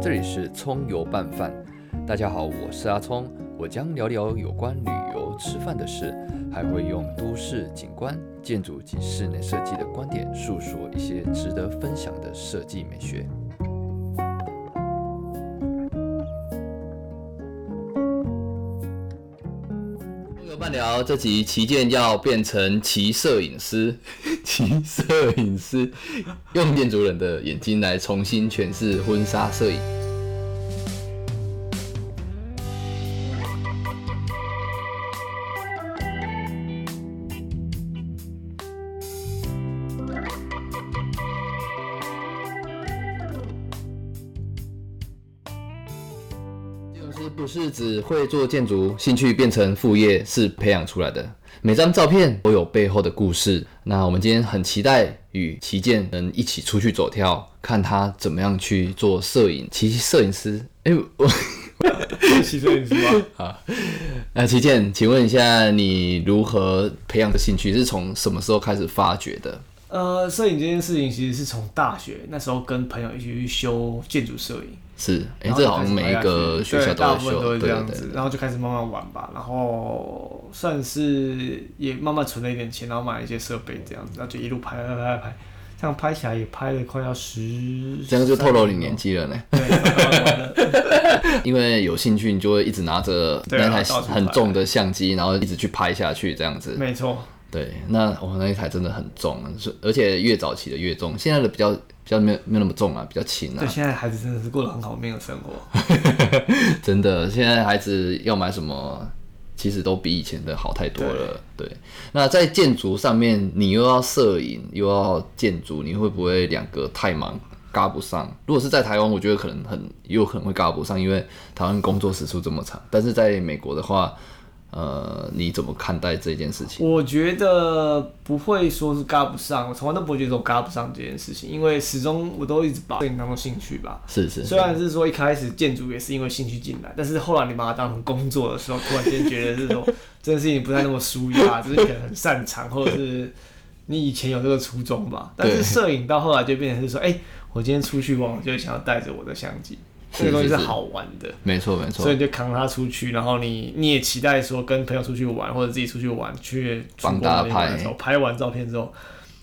这里是葱油拌饭。大家好，我是阿葱，我将聊聊有关旅游、吃饭的事，还会用都市景观、建筑及室内设计的观点，诉说一些值得分享的设计美学。风格半聊这集旗舰要变成骑摄影 师，骑摄影师用建筑人的眼睛来重新诠释婚纱摄影。建筑师不是只会做建筑，兴趣变成副业是培养出来的。每张照片都有背后的故事。那我们今天很期待与旗舰能一起出去走跳，看他怎么样去做摄影。其实摄影师，哎、我 汽车影师吗？那旗舰，呃请问一下，你如何培养的兴趣？是从什么时候开始发掘的？呃，摄影这件事情其实是从大学那时候跟朋友一起去修建筑摄影，是，哎、然后这就好开像始每一慢慢个去学校对都大有部分修，都会对这对样对子，然后就开始慢慢玩吧，然后算是也慢慢存了一点钱，然后买了一些设备这样子，然后就一路拍拍拍拍，这样拍起来也拍了快要十，这样就透露你年纪了呢。对，慢慢玩了 因为有兴趣，你就会一直拿着对啊那台到处很拍重的相机，然后一直去拍下去，这样子。没错，对，那我、那一台真的很重，是而且越早期的越重，现在的比较比较没有没有那么重啊，比较轻啊对，。现在孩子真的是过得很好命的生活， 真的，现在孩子要买什么，其实都比以前的好太多了。对，那在建筑上面，你又要摄影又要建筑，你会不会两个太忙？嘎不上，如果是在台湾，我觉得可能很也有可能会嘎不上，因为台湾工作时数这么长。但是在美国的话，呃，你怎么看待这件事情？我觉得不会说是嘎不上，我从来都不会觉得我嘎不上这件事情，因为始终我都一直把摄影当做兴趣吧。是是，虽然是说一开始建筑也是因为兴趣进来，但是后来你把它当成工作的时候，突然间觉得是说这件事情不太那么舒压，只是你可能很擅长，或者是你以前有这个初衷吧。但对是摄影到后来就变成是说，哎、我今天出去玩，我就想要带着我的相机，是这个东西是是是好玩的。没错没错所以，你就扛它出去，然后你你也期待说跟朋友出去玩，或者自己出去玩，去出帮国大家那边玩的时候，拍完照片之后，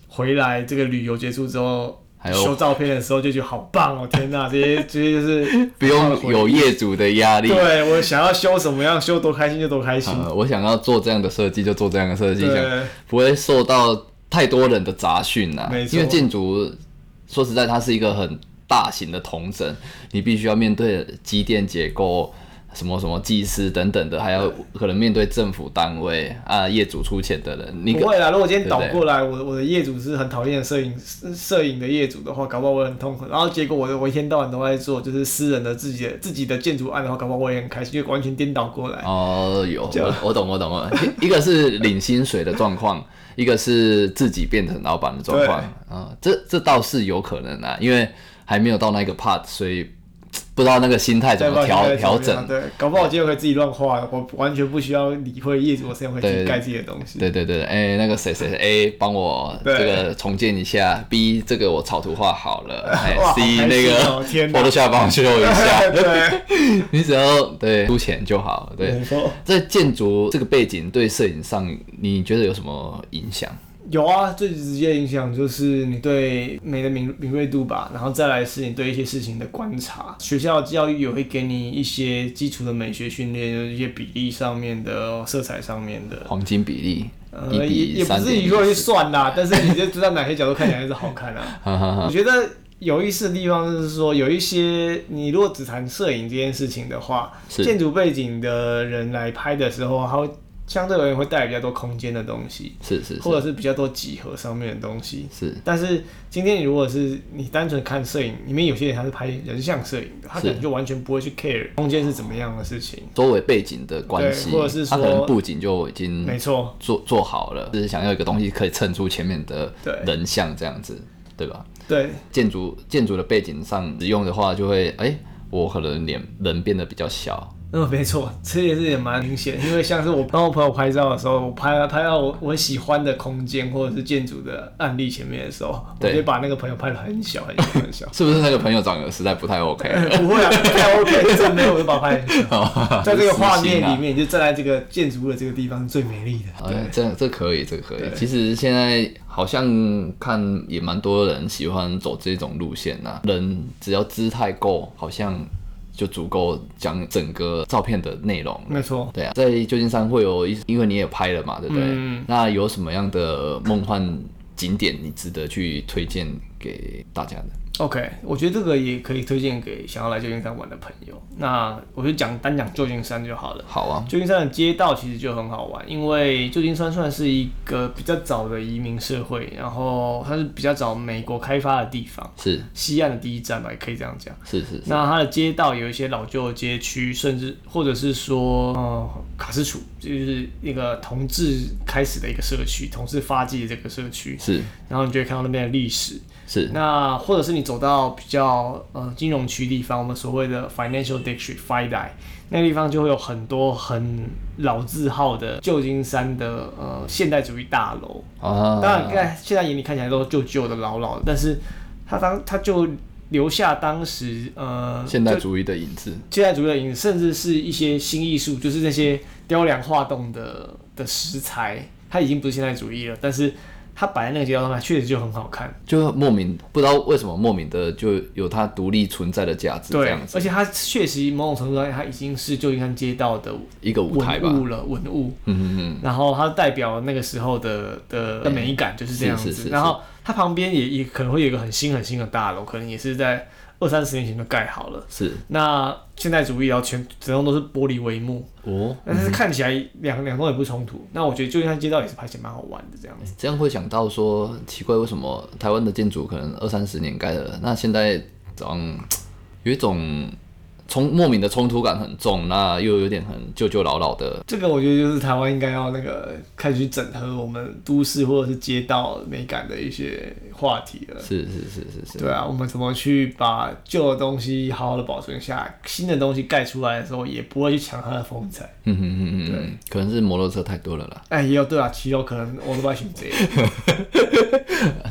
回来这个旅游结束之后，还有修照片的时候就觉得好棒哦！天哪，这些这些 就是不用有业主的压力。对我想要修什么样修多开心就多开心，呃，我想要做这样的设计就做这样的设计，想对不会受到太多人的杂讯呐、没错因为建筑说实在，它是一个很大型的同整，你必须要面对机电结构。什么什么技师等等的，还要可能面对政府单位啊，业主出钱的人，你可不会啦，如果今天对不倒对过来，我我的业主是很讨厌摄影摄影的业主的话，搞不好我很痛苦。然后结果我我一天到晚都在做就是私人的自己的自己的建筑案的话，搞不好我也很开心，因为完全颠倒过来。哦，有我我懂我懂了，一一个是领薪水的状况， 一个是自己变成老板的状况啊、这这倒是有可能啊，因为还没有到那个 part，所以嘖不知道那个心态怎么调对调不知道现在怎么样整。对，搞不好我今天可以自己乱画，我完全不需要理会业主，我现在会自己盖自己的东西。对对对，哎、那个谁谁谁，哎、帮我对这个重建一下，B 这个我草图画好 了，哎、哇好 c 开心那哦个天哪 Photoshop 帮我修一下， 对，你只要对出钱就好。 对，没错。在建筑这个背景对摄影上，你觉得有什么影响？有啊，最直接的影响就是你对美的敏敏锐度吧，然后再来是你对一些事情的观察。学校教育也会给你一些基础的美学训练，有一些比例上面的、哦色彩上面的，黄金比例一呃，也比也不三是点一个去算啦，但是你就知道哪些角度看起来是好看啊。哈哈我哈，觉得有意思的地方就是说，有一些你如果只谈摄影这件事情的话，是建筑背景的人来拍的时候，他会相对而言会带来比较多空间的东西，是是或者是是比较多几何上面的东西。是，但是今天如果是你单纯看摄影，里面有些人他是拍人像摄影的，他可是能就完全不会去 care 空间是怎么样的事情。周围背景的关系，对或者是他说可能布景就已经没错，做做好了，就是想要一个东西可以衬出前面的对人像这样子，对吧？对，建筑建筑的背景上使用的话，就会哎、我可能脸人变得比较小，嗯，没错，这也是也蛮明显，因为像是我帮我朋友拍照的时候，我拍拍到我我喜欢的空间或者是建筑的案例前面的时候，我对。就把那个朋友拍的很小很小很小 是不是那个朋友长得实在不太 OK？不会啊，不太 OK，真没有我就把它拍得很啊小。 在这个画面里面，你就站在这个建筑物的这个地方是最美丽的。啊，这这可以，这可以对。其实现在好像看也蛮多人喜欢走这种路线呐、人只要姿态够，好像就足够讲整个照片的内容了。没错，对啊，在旧金山会有一，因为你也拍了嘛，对不对？嗯那有什么样的梦幻景点你值得去推荐给大家的？ OK，我觉得这个也可以推荐给想要来旧金山玩的朋友。那我就讲单讲旧金山就好了。好啊，旧金山的街道其实就很好玩，因为旧金山算是一个比较早的移民社会，然后它是比较早美国开发的地方，是西岸的第一站吧，也可以这样讲。是是是，那它的街道有一些老旧的街区，甚至或者是说，呃，卡斯楚就是那个同志开始的一个社区，同志发迹的这个社区，是然后你就会看到那边的历史。是那或者是你走到比较呃金融区地方，我们所谓的 financial district FIDI 那个地方就会有很多很老字号的旧金山的呃现代主义大楼。啊，当然，在现在眼里看起来都旧旧的、老老的，但是它当它就留下当时呃现代就主义的影子现代主义的影子，甚至是一些新艺术，就是那些雕梁画栋的的食材，它已经不是现代主义了，但是它摆在那个街道上，它确实就很好看。就莫名不知道为什么莫名的就有它独立存在的价值，这对样，子而且它确实某种程度上，它已经是旧金山街道的一个舞台吧文，物了，文物。嗯嗯然后它代表那个时候的的的美感就是这样子。是是是然后它旁边也也可能会有一个很新很新的大楼，可能也是在二三十年前就盖好了嗯，。是那现代主义然后全整栋都是玻璃帷幕，哦，但是看起来两两栋也不冲突。那我觉得旧金山街道也是拍起来蛮好玩的这样子。这样会想到说奇怪，为什么台湾的建筑可能二三十年盖的，那现在好像有一种冲莫名的冲突感很重，那又有点很旧旧老老的，这个我觉得就是台湾应该要那个开始去整合我们都市或者是街道美感的一些话题了。是是是是是，对啊，我们怎么去把旧的东西好好的保存下来，新的东西盖出来的时候，也不会去抢它的风采。嗯嗯嗯嗯嗯，可能是摩托车太多了啦。 哎，也有对啊，骑楼可能我都不爱选这个。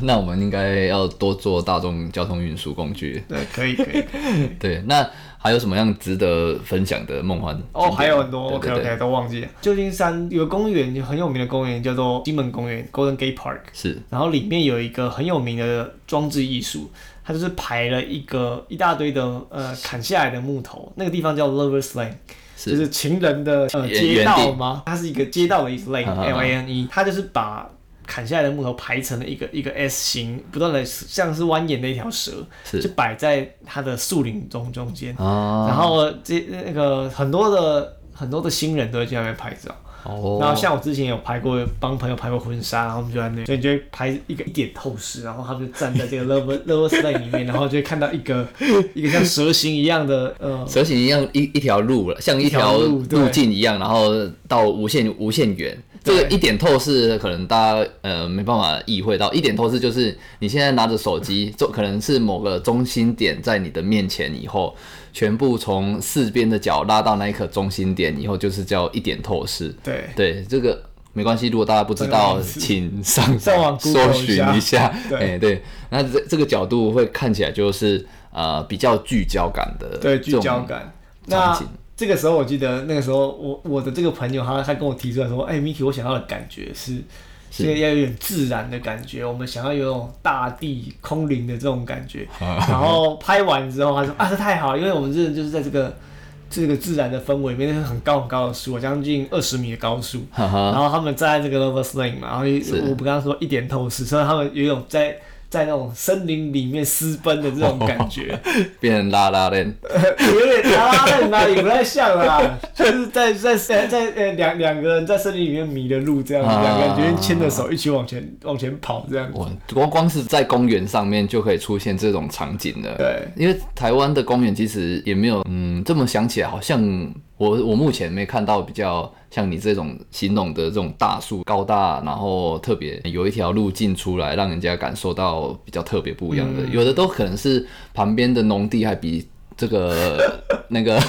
那我们应该要多做大众交通运输工具。对，可以可 以。可以对，那还有什么样值得分享的梦幻景点？哦，还有很多对 OK 对对 OK 都忘记了。旧金山有个公园，有很有名的公园叫做金门公园 （Golden Gate Park），是然后里面有一个很有名的装置艺术，它就是排了一个一大堆的呃砍下来的木头，那个地方叫 Lovers Lane。就是是情人的呃原街原道地吗？它是一个街道的意思，lane 嗯嗯嗯 L A N E，它就是把砍下来的木头排成了一个一个 S 型，不断的像是蜿蜒的一条蛇，就是摆在它的树林中中间。啊，然后这那个很多的很多的新人都会去那边拍照。哦，然后像我之前有拍过，帮朋友拍过婚纱，然后我们就在那，所以你就会拍一个一点透视，然后他们就站在这个 Love Love Lane 里面，然后就会看到一个一个像蛇形一样的呃蛇形一样一一条路了，像一条一条路对路径一样，然后到无限无限远。这个对一点透视可能大家呃没办法意会到，一点透视就是你现在拿着手机，就可能是某个中心点在你的面前以后，全部从四边的角拉到那一颗中心点以后，就是叫一点透视。对。对，这个没关系，如果大家不知道，请上上网 Google 搜寻一一下下。对哎、对，那这这个角度会看起来就是呃比较聚焦感的，对，聚焦。感。那场景这个时候，我记得那个时候我，我的这个朋友他他跟我提出来说，哎、m i k i 我想要的感觉是，是现在要有点自然的感觉，我们想要有种大地空灵的这种感 觉。然后拍完之后，他说啊，这太好了，因为我们真的就是在这个这个自然的氛围里面，那是很高很高的树，将近二十米的高树。 哈哈，然后他们站在这个 Lovers Lane 嘛，然后一啊是我不刚刚说一点透视，所以他们有一种在在那种森林里面私奔的这种感 觉。变成拉拉链，有点拉在哪里不太像 啦，就是在在在在呃两两个人在森林里面迷了路这样，啊两个人决定牵着手一起往前往前跑这样。我光光是在公园上面就可以出现这种场景了。对，因为台湾的公园其实也没有，嗯，这么想起来好像我我目前没看到比较像你这种形容的这种大树高大，然后特别有一条路径出来，让人家感受到比较特别不一样的。有的都可能是旁边的农地还比这个那个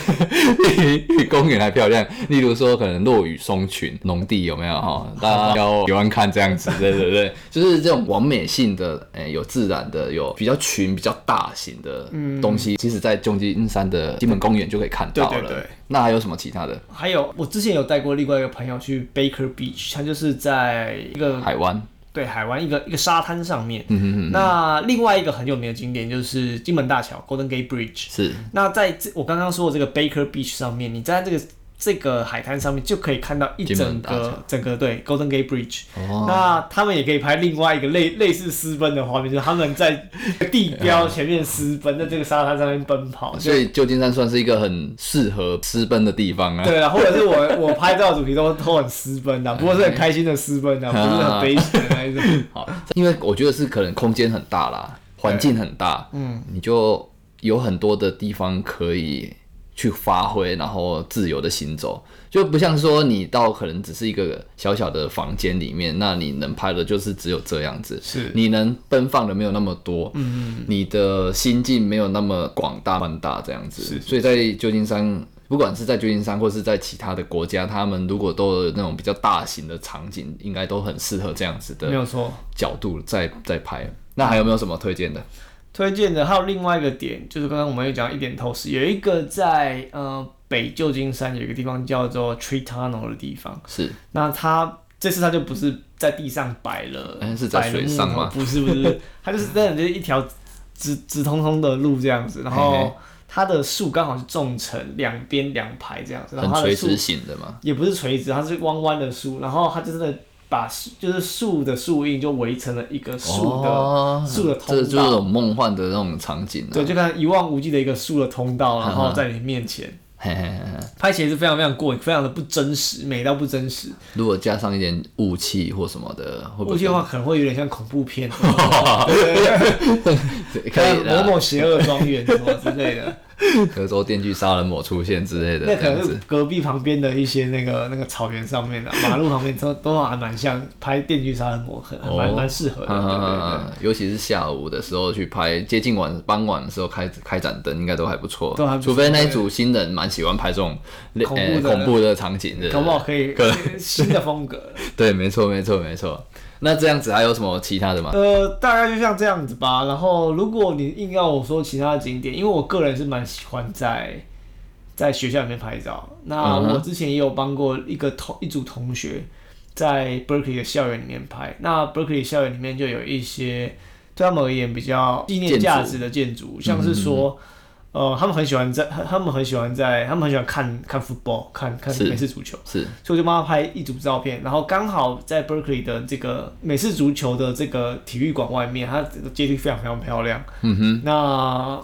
比公园还漂亮。例如说，可能落雨松群农地有没有哈？大家要喜欢看这样子，对对对，就是这种完美性的，诶、有自然的，有比较群、比较大型的嗯东西，其实在旧金山的基本公园就可以看到了。对对对那还有什么其他的还有，我之前有带过另外一个朋友去 Baker Beach，他就是在一个海湾？对海湾一个一个沙滩上面。那另外一个很有名的景点就是金门大桥 （Golden Gate Bridge）。是那在这我刚刚说的这个 Baker Beach 上面，你在这个这个海滩上面就可以看到一金门整大桥个整个对 Golden Gate Bridge。哦那他们也可以拍另外一个类类似私奔的画面，就是他们在地标前面私奔，在这个沙滩上面奔跑。所以旧金山算是一个很适合私奔的地方啊。对啊，或者是我我拍照的主题都都很私奔啊的，不过是很开心的私奔的，啊啊不是很悲情的那 一种。好，因为我觉得是可能空间很大啦，环境很大，嗯，你就有很多的地方可以去发挥，然后自由的行走，就不像说你到可能只是一个小小的房间里面，那你能拍的就是只有这样子，是你能奔放的没有那么多，嗯，你的心境没有那么广大宽大这样子，所以在旧金山。不管是在旧金山或是在其他的国家，他们如果都有那种比较大型的场景，应该都很适合这样子的没有错。角度再再拍。那还有没有什么推荐的？推荐的还有另外一个点，就是刚刚我们有讲一点透视，有一个在呃北旧金山有一个地方叫做 Tree Tunnel 的地方，是那它这次它就不是在地上摆了，嗯是在摆了水上木头吗不是不是，它就是真的就是一条直直通通的路这样子，然嘿后它的树刚好是种成两边两排这样子，然后很它的垂树直型的嘛？也不是垂直，它是弯弯的树，然后它就真的把树就是树的树荫就围成了一个树的，哦树的通这就是那道种梦幻的那种场景、啊。对，就看一望无际的一个树的通道，然嗯后哼在你面前嘿嘿嘿嘿拍起来是非常非常过瘾，非常的不真实，美到不真实。如果加上一点雾气或什么的，会不雾会气的话可能会有点像恐 怖片，可以某的？某邪恶庄园什么之 类的，德州电锯杀人魔出现之类的，那可这样能是子。隔壁旁边的一些那个那个草原上面的啊 马路旁边都都还蛮像拍《电锯杀人魔》很哦蛮蛮适合的，嗯对嗯对嗯嗯，对。尤其是下午的时候去拍，接近晚傍晚的时候开开盏灯，应该都还不错。都还不错除非那一组新人蛮喜欢拍这种类恐怖呃的恐怖的场景，对 搞对不对好可以可新的风格。对，没错，没错，没错。那这样子还有什么其他的吗？呃，大概就像这样子吧。然后，如果你硬要我说其他的景点，因为我个人是蛮喜欢在在学校里面拍照。那嗯哼我之前也有帮过一个同一组同学在 Berkeley 的校园里面拍。那 Berkeley 校园里面就有一些对他们而言比较纪念价值的建筑，像是嗯说。呃，他们很喜欢在，他们很喜欢在，他们很喜欢看看 football，看看是美式足球。是所以我就帮他拍一组照片，然后刚好在 Berkeley 的这个美式足球的这个体育馆外面，它这个阶梯非常非常漂亮。嗯哼，那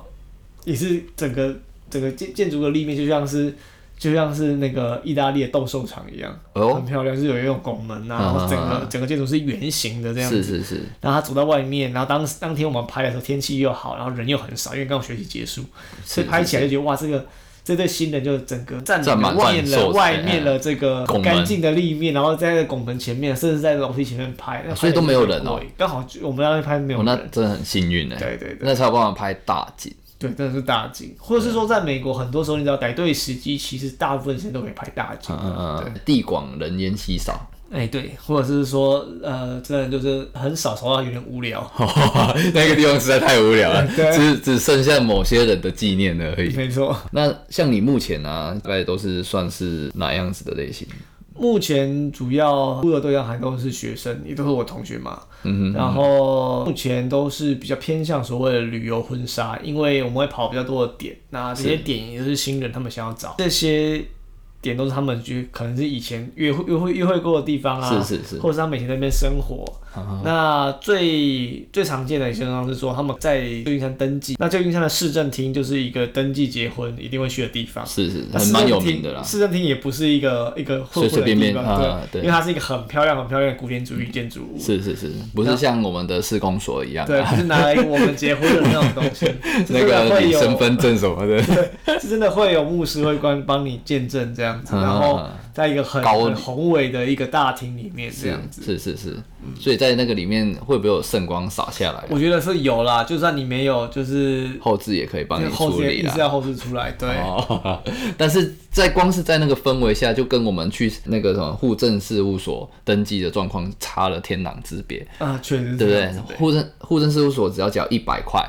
也是整个整个建建筑的立面，就像是就像是那个意大利的斗兽场一样，哦很，漂亮，就是有一种拱门嗯啊，然后整嗯个嗯整个建筑是圆形的这样是子。是是，然后他走到外面，然后当当天我们拍的时候天气又好，然后人又很少，因为刚好学期结束，所以是拍起来是就觉得哇，这个这对新人就整个占占满了外面占受了外哎面了这个拱门干净的立面，然后在那个拱门前面，甚至在楼梯前面拍，那所以都没有人哦拍得很过瘾。刚好就我们那边拍没有哦，那人，真的很幸运哎，对对对那才有办法拍大景。对，真的是大景，或者是说在美国很多时候你只要逮对时机，其实大部分时间都可以拍大景嗯的。嗯对嗯，地广人烟稀少，哎、对，或者是说，呃，真的就是很少少到有点无聊， 那个地方实在太无聊 了，对只只剩下某些人的纪念了而已。没错。 那像你目前啊，大概都是算是哪样子的类型？目前主要雇的对象还都是学生，也都是我同学嘛。嗯然后目前都是比较偏向所谓的旅游婚纱，因为我们会跑比较多的点，那这些点也就是新人他们想要找这些。点都是他们去，可能是以前约会、约会、约会过的地方啊，是是啊是或者是他们以前在那边生活。那最最常见的情况是说，他们在旧金山登记，那旧金山的市政厅就是一个登记结婚一定会去的地方。是啊是，那还市蛮政有厅名的啦。市政厅也不是一个一个混混随的随便便地方啊对，对因为它是一个很漂亮、很漂亮的古典主义建筑物，是是是，不是像我们的市公所一样对，啊，不是拿来我们结婚的那种东西，是 那真的个会你有身份证什么的。是真的会有牧师会帮帮你见证这样子，嗯然后在一个很高很宏伟的一个大厅里面这样子。是是啊是，所以在那个里面会不会有圣光洒下来啊、我觉得是有啦，就算你没有，就是后置也可以帮你后处置理啊一啦直。要后置出来，对，哦，但是在光是在那个氛围下，就跟我们去那个什么户政事务所登记的状况差了天壤之别，啊，确实是对不这样子嗯对？户政户政事务所只要缴一百块，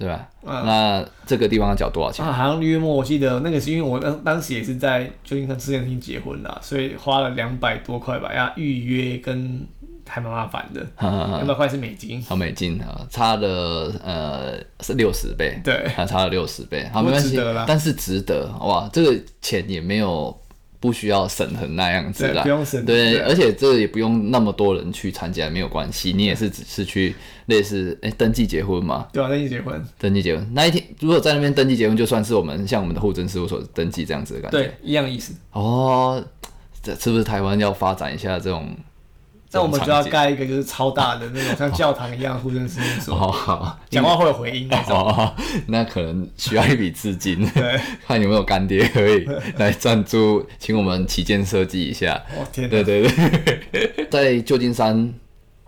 是吧？那这个地方要缴多少钱？ 啊，好像约莫，我记得那个是因为我当当时也是在旧金山之前厅结婚啦，所以花了两百多块吧，要预约跟还蛮麻烦的，嗯两百块是美金， 好美金啊，差了呃是六十倍，对啊，差了六十倍，好不没关值系得啦，但是值得哇，这个钱也没有不需要审核那样子对，啦不，用省，对，啊而且这也不用那么多人去参加，没有关系，你也是只是去类似哎、登记结婚嘛，对啊，那你结婚，登记结婚那一天，如果在那边登记结婚，就算是我们像我们的户政事务所登记这样子的感觉。对，一样意思。哦，这是不是台湾要发展一下这种？那我们就要这种场景盖一个就是超大的那种像教堂一样护身事务所，哦，好，讲话会有回音的。哦，那可能需要一笔资金，对， 看有没有干爹可 以来赞助，请我们旗舰设计一下。我哦天哪对，对对， 在旧金山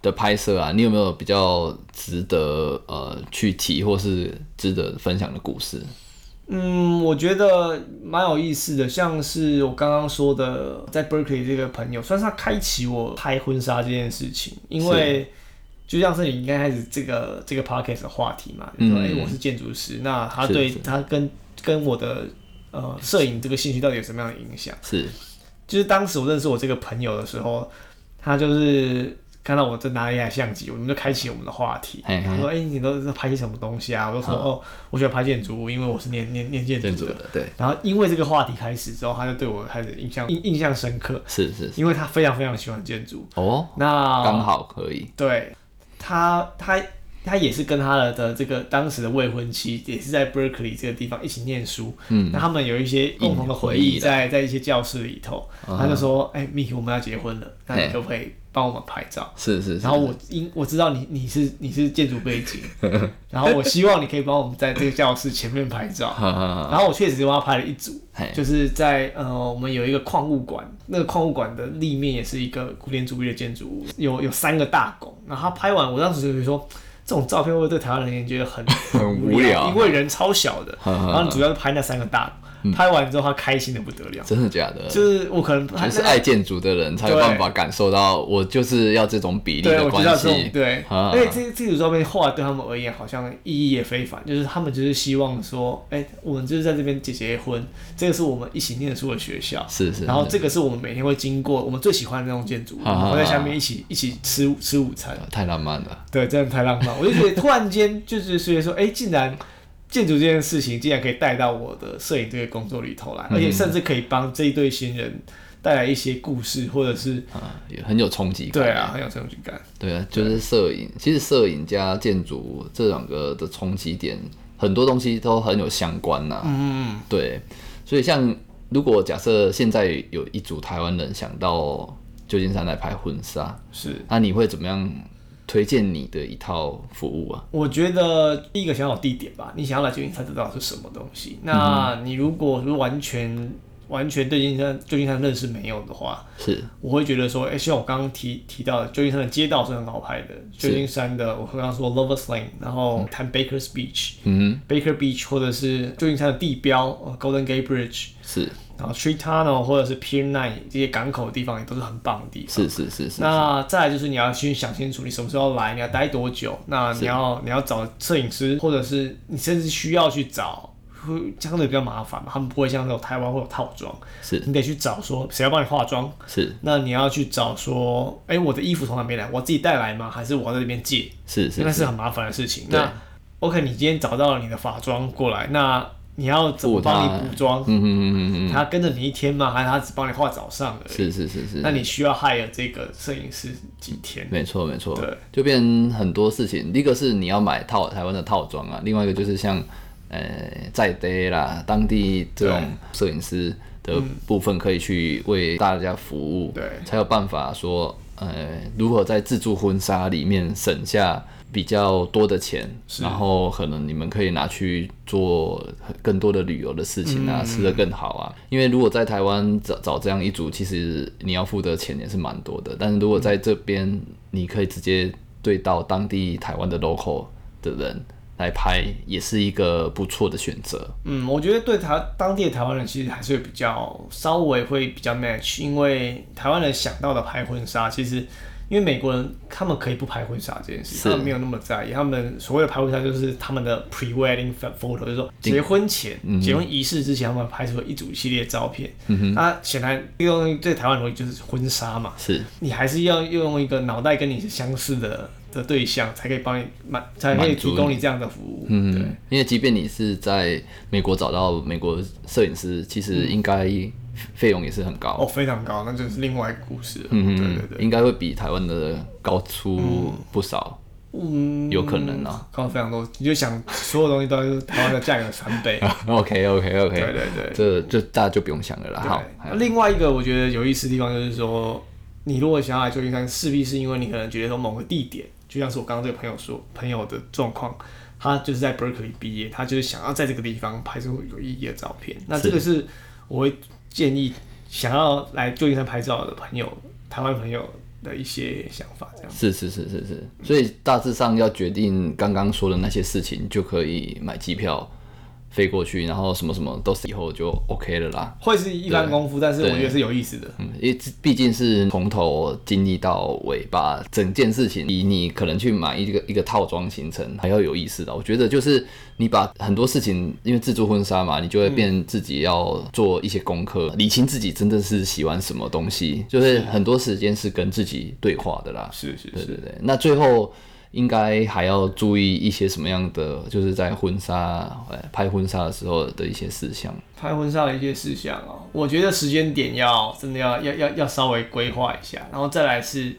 的拍摄啊，你有没有比较值得呃去提或是值得分享的故事？嗯，我觉得蛮有意思的，像是我刚刚说的，在 Berkeley 这个朋友，算是他开启我拍婚纱这件事情，因为就像是你应该开始这个这个 podcast 的话题嘛，嗯对，哎、我是建筑师，那他是对是他跟跟我的呃摄影这个兴趣到底有什么样的影响？是就是当时我认识我这个朋友的时候，他就是看到我在拿一台相机，我们就开启我们的话题。嘿嘿他说：“哎、你都在拍些什么东西啊？”我就说：“哦，我喜欢拍建筑物，因为我是念念念建筑建的。筑的，对，然后因为这个话题开始之后，他就对我开始印象印印象深刻，是是是因为他非常非常喜欢建筑。哦，那刚好可以，对他，他他也是跟他的的这个当时的未婚妻，也是在 Berkeley 这个地方一起念书。嗯那他们有一些共同的回回忆啦忆在，在一些教室里头。嗯他就说：“哎、m i k i 我们要结婚了，那嘿你可不可以帮我们拍照？”是是是，然后我因我知道你你是你是建筑背 景，然后我希望你可以帮我们在这个教室前面拍照。哈哈然后我确实帮他拍了一组，嘿就是在呃，我们有一个矿物馆，那个矿物馆的立面也是一个古典主义的建筑物，有有三个大拱。然后他拍完，我当时就觉得说，这种照片会不会对台湾人也觉得很很无聊因为人超小的。嗯嗯嗯然后你主要是拍那三个大嗯拱，拍完之后他开心的不得了， 真的假的？就是我可能拍就是爱建筑的人才有对办法感受到，我就是要这种比例对，的我知关道这种系。对，啊而且这这组照片后来对他们而言好像意义也非凡，就是他们就是希望说，哎、我们就是在这边结结婚，这个是我们一起念书的学校，是是然后是这个是我们每天会经过我们最喜欢的那种建筑物，啊啊啊然后在下面一起一起吃吃午餐，太浪漫了，对，真的太浪漫，我就觉得突然间就是觉得说，哎、竟然。建筑这件事情竟然可以带到我的摄影这个工作里头来，而且甚至可以帮这一对新人带来一些故事，或者是啊，也很有冲击感。对啊，，很有成就感。对啊，就是摄影。其实摄影加建筑这两个的冲击点，很多东西都很有相关呐、嗯，对，所以像如果假设现在有一组台湾人想到旧金山来拍婚纱，是。那你会怎么样推荐你的一套服务啊？我觉得第一个想要有地点吧，你想要来旧金山知道是什么东西。那你如果是完全完全对旧金山旧金山认识没有的话，是我会觉得说，哎、像我刚刚提提到的，旧金山的街道是很好拍的。是旧金山的，我刚刚说 Lovers Lane，然后谈 Baker's Beach、嗯 Baker Beach，或者是旧金山的地标呃 Golden Gate Bridge，哼，是然后 Tree Tunnel 或者是 Pier Nine 这些港口的地方也都是很棒的地方。是是是是，那再来就是你要去想清楚，你什么时候来，你要待多久，那你要你要找摄影师，或者是你甚至需要去找，会相对比较麻烦嘛，他们不会像那种台湾会有套装，是你得去找说谁要帮你化妆，是那你要去找说，哎、我的衣服从哪边来，我自己带来吗？还是我要在这边借？是那是是很麻烦的事情。对那 OK，你今天找到了你的法妆过来，那你要怎么补它帮你补妆？嗯嗯嗯嗯嗯，他跟着你一天吗？还是他只帮你化早上而已？是是是是，那你需要 hire 这个摄影师几天？没错，没错对，就变成很多事情。一个是你要买套台湾的套装啊，另外一个就是像呃在地啦，当地这种摄影师的部分可以去为大家服务，对才有办法说呃如何在自助婚纱里面省下比较多的钱，然后可能你们可以拿去做更多的旅游的事情啊，吃的更好啊。因为如果在台湾找找这样一组，其实你要付的钱也是蛮多的，但是如果在这边，你可以直接对到当地台湾的 local 的人。来拍也是一个不错的选择。嗯，我觉得对台当地的台湾人其实还是会比较稍微会比较 match，因为台湾人想到的拍婚纱，其实因为美国人他们可以不拍婚纱这件是事，他们没有那么在意。他们所谓的拍婚纱就是他们的 pre wedding photo，就是说结婚前、嗯结婚仪式之前，他们拍出了一组系列照片。嗯、那显然这个东西对台湾人就是婚纱嘛，是，你还是要用一个脑袋跟你是相似的的对象，才可以帮你满，才可以满足提供你这样的服务。对。嗯，因为即便你是在美国找到美国摄影师，其实应该费用也是很高。哦，非常高，那就是另外一个故事了。嗯对对对，应该会比台湾的高出不少，嗯，有可能 啊。高非常多。你就想所有东西都是台湾的价格的三倍。 OK OK 对 OK，对对。这这大家就不用想了啦。好对，那另外一个我觉得有意思的地方就是说，你如果想要来旧金山，势必是因为你可能觉得说某个地点，就像是我刚刚这个朋友说朋友的状况，他就是在 Berkeley 毕业，他就是想要在这个地方拍出有意义的照片。那这个是我会建议想要来旧金山拍照的朋友，台湾朋友的一些想法，这样。是是是是是，所以大致上要决定刚刚说的那些事情，就可以买机票飞过去，然后什么什么都是以后就 OK 了啦。会是一般功夫，但是我觉得是有意思的。嗯，因为毕竟是从头经历到尾，把整件事情以你可能去买一个一个套装行程还要有意思的。我觉得就是你把很多事情，因为制作婚纱嘛，你就会嗯变自己要做一些功课，理清自己真的是喜欢什么东西，就是很多时间是跟自己对话的啦。是是对对是，对，那最后应该还要注意一些什么样的，就是在婚纱呃拍婚纱的时候的一些事项。拍婚纱的一些事项哦，我觉得时间点要真的要要要要稍微规划一下，然后再来是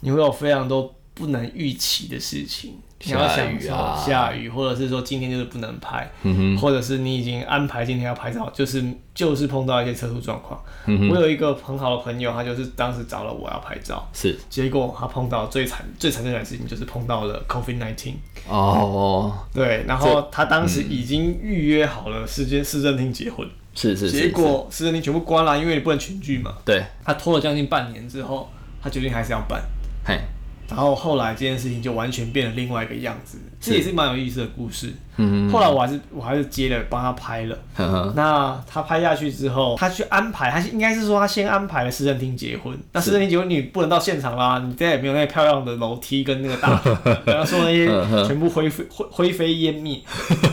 你会有非常多不能预期的事情，你要下想雨说啊下雨，或者是说今天就是不能拍，嗯哼，或者是你已经安排今天要拍照，就是就是碰到一些特殊状况。嗯我有一个很好的朋友，他就是当时找了我要拍照，是结果他碰到最惨最惨最惨的事情就是碰到了 COVID nineteen。哦，对，然后他当嗯时已经预约好了市监市政厅结婚，是是是，结是果市政厅全部关了，因为你不能群聚嘛。对，他拖了将近半年之后，他决定还是要办，嘿，然后后来这件事情就完全变了另外一个样子，这也是蛮有意思的故事。嗯后来我还是我还是接了帮他拍了，呵呵，那他拍下去之后，他去安排，他应该是说他先安排了市政厅结婚。那市政厅结婚你不能到现场啦，你再也没有那漂亮的楼梯跟那个 大堂，然后说那嗯些全部灰飞灰灰飞烟灭。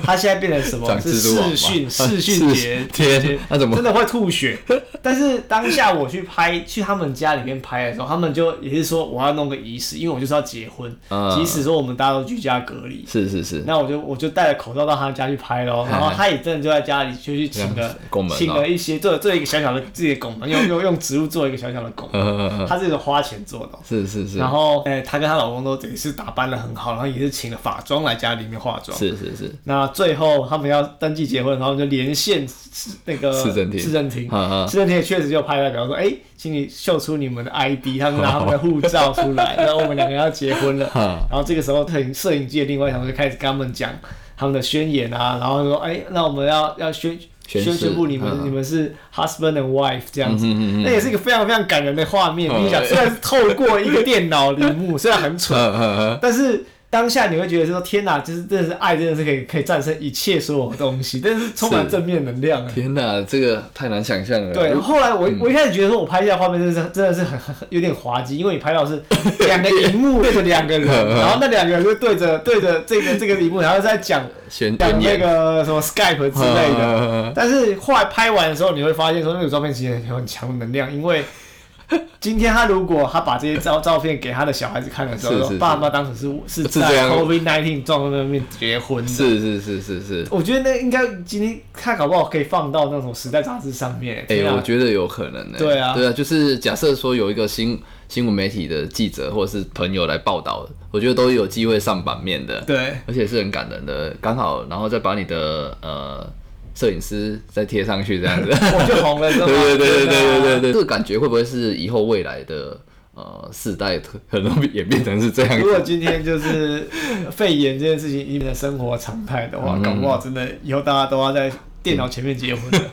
他现在变成什么？长是蜘蛛网视吧 讯视讯节天节那怎么真的会 吐血？但是当下我去拍去他们家里面拍的时候，他们就也是说我要弄个仪式，因为我就是要结婚，嗯即使说我们大家都居家隔离，是是是，那我就我就戴着口罩到他家去拍咯，然后他也真的就在家里就去请嗯这样了子拱门哦请了一些做做一个小小的自己的拱门，用用用植物做一个小小的拱门，呵呵呵，他这个花钱做的哦。嗯是是是然，后，哎、她跟她老公都也是打扮的很好，然后也是请了法妆来家里面化妆。是是是，那最后他们要登记结婚，然后就连线那个市政厅市政厅，嗯嗯市政厅也确实就派代表说，哎、请你秀出你们的 ID，他们拿他们的护照出 来，然后我们两个要结婚了。哈，然后这个时候，摄影摄影界另外一场就开始跟他们讲他们的宣言啊，然后说，哎，那我们要要宣宣宣誓宣布你们、嗯你们是 husband and wife 这样子，嗯那也是一个非常非常感人的画面。嗯你想，虽然是透过一个电脑屏幕， 虽然很蠢，呵呵呵，但是当下你会觉得说，天哪，就是真的是爱，真的是可以可以战胜一切所有东西，但是充满是嗯正面能量啊。天哪，这个太难想象了。对，后来我我一开始觉得说我拍下的画面真的是真的是很很有点滑稽，因为你拍到是两个荧幕对着两个人，然后那两个人就对着对着这个这个荧幕，然后再讲选讲选那个什么 Skype 之类的。的，但是后来拍完的时候，你会发现说那个照片其实有很强的能量，因为今天他如果他把这些照照片给他的小孩子看的时候，是说是是爸妈当时是是是这在样 COVID nineteen 状况下面结婚的。是是是是是，我觉得那应该今天他搞不好可以放到那种时代杂志上面。哎、天啊我觉得有可能呢、对啊对啊，就是假设说有一个新新闻媒体的记者或者是朋友来报道，我觉得都有机会上版面的，对。而且是很感人的。刚好，然后再把你的呃摄影师再贴上去这样子。 我就红了，对对对对对对对对。对，这个感觉会不会是以后未来的呃世代可能演变成是这样如子。果今天就是肺炎这件事情已经变成生活常态的嗯话，搞不好真的以后大家都要在电脑前面结婚了。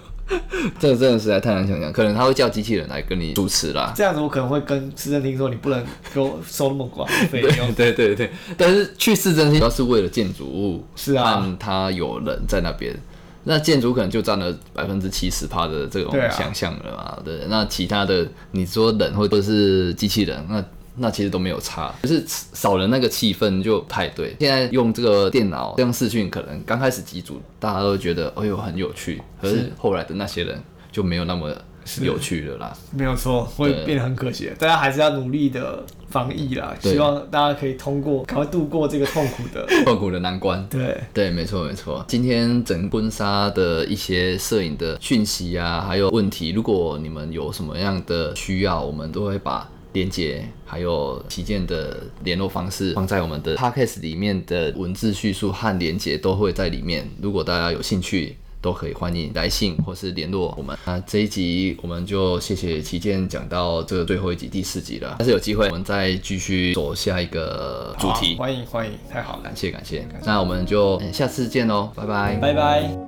这真的实在太难想象，可能他会叫机器人来跟你主持啦。这样子我可能会跟市政厅说，你不能给我收那么高的费用。对对对，但是去市政厅主要是为了建筑物，是啊看它有人在那边。那建筑可能就占了百分之七十趴的这种对啊想象了嘛，对,、那其他的你说人或者是机器人，那那其实都没有差，只是少了那个气氛就不太对。现在用这个电脑这样视讯，可能刚开始几组大家都觉得哎呦很有趣，可是后来的那些人就没有那么有趣了啦。 没有错，会变得很可惜的。大家还是要努力的防疫啦，对希望大家可以通过，赶快度过这个痛苦的。痛苦的难关。对，对，没错没错。今天整婚纱的一些摄影的讯息啊，还有问题，如果你们有什么样的需要，我们都会把连接还有旗舰的联络方式放在我们的 podcast 里面的文字叙述和连接都会在里面。如果大家有兴趣。都可以欢迎来信或是联络我们。那这一集我们就谢谢旗舰讲到这个最后一集第四集了，但是有机会我们再继续走下一个主题好。欢迎欢迎，太好了，感谢感谢，那我们就嗯下次见喽，拜拜。拜拜。